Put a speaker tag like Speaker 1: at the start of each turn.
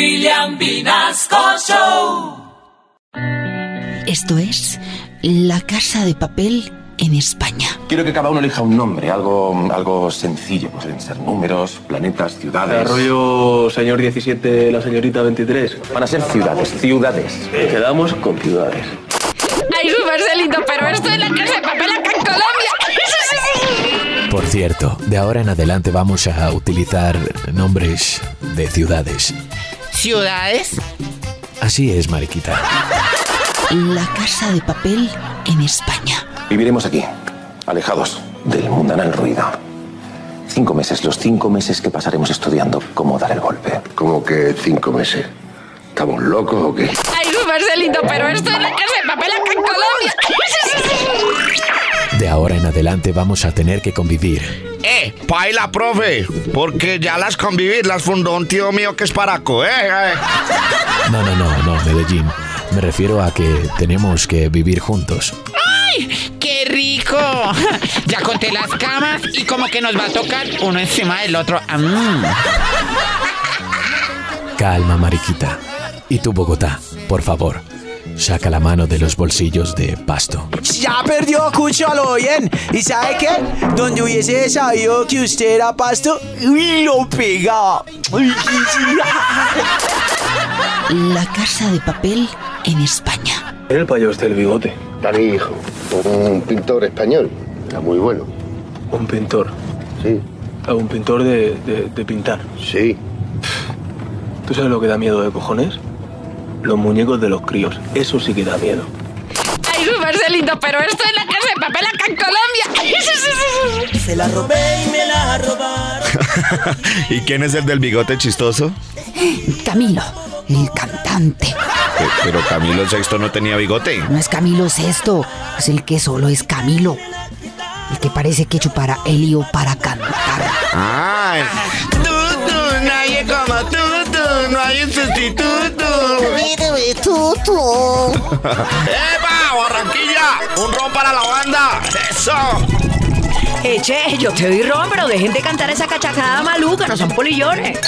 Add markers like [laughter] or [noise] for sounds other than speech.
Speaker 1: William Vinasco Show.
Speaker 2: Esto es La Casa de Papel en España.
Speaker 3: Quiero que cada uno elija un nombre, algo, algo sencillo. Pueden ser números, planetas, ciudades.
Speaker 4: Arroyo señor 17, la señorita 23.
Speaker 3: Van a ser ciudades, ciudades.
Speaker 4: Eh, Quedamos con ciudades.
Speaker 5: Ay, Marcelito, pero esto es la casa de papel acá en [laughs] Colombia.
Speaker 6: Por cierto, de ahora en adelante vamos a utilizar nombres de ciudades.
Speaker 7: ciudades.
Speaker 6: Así es, Mariquita.
Speaker 2: La Casa de Papel en España.
Speaker 3: Viviremos aquí, alejados del mundanal ruido. Cinco meses, los cinco meses que pasaremos estudiando cómo dar el golpe.
Speaker 8: Como que cinco meses. ¿Estamos locos o qué?
Speaker 5: Ay, Marcelito, pero esto es la casa de papel acá en [laughs] Colombia.
Speaker 6: De ahora en adelante vamos a tener que convivir.
Speaker 7: Eh, paila, profe, porque ya las convivir las fundó un tío mío que es paraco, eh. eh.
Speaker 6: No, no, no, no, Medellín. Me refiero a que tenemos que vivir juntos.
Speaker 9: ¡Ay! ¡Qué rico! Ya conté las camas y como que nos va a tocar uno encima del otro. Mm.
Speaker 6: Calma, Mariquita. Y tú, Bogotá, por favor. Saca la mano de los bolsillos de pasto.
Speaker 10: Ya perdió Cucho a lo bien. ¿Y sabe qué? Donde hubiese sabido que usted era pasto, uy, lo pegaba. Uy, sí, sí.
Speaker 2: La Casa de Papel en España.
Speaker 4: Era el payo este el bigote.
Speaker 8: hijo Un pintor español. Está muy bueno.
Speaker 4: Un pintor.
Speaker 8: Sí.
Speaker 4: Ah, Un pintor de, de- de pintar.
Speaker 8: Sí.
Speaker 4: ¿Tú sabes lo que da miedo de cojones? Los muñecos de los críos. Eso sí que da miedo.
Speaker 5: Ay, Marcelito, pero esto es la casa de papel acá en [laughs] Colombia.
Speaker 10: Se la robé y me la robaron.
Speaker 7: [laughs] ¿Y quién es el del bigote chistoso?
Speaker 2: Camilo, el cantante.
Speaker 7: Eh, Pero Camilo VI no tenía bigote.
Speaker 2: No es Camilo Sexto, es el que solo es Camilo. El que parece que chupara el lío para cantar.
Speaker 7: ¡Ay! Tú, tú, Ah, eh. nadie como tú, tú, no hay un sustituto. [laughs] ¡Epa, Barranquilla! ¡Un ron para la banda! ¡Eso!
Speaker 11: Eche, yo te doy ron, pero dejen de cantar esa cachacada maluca, no son polillones.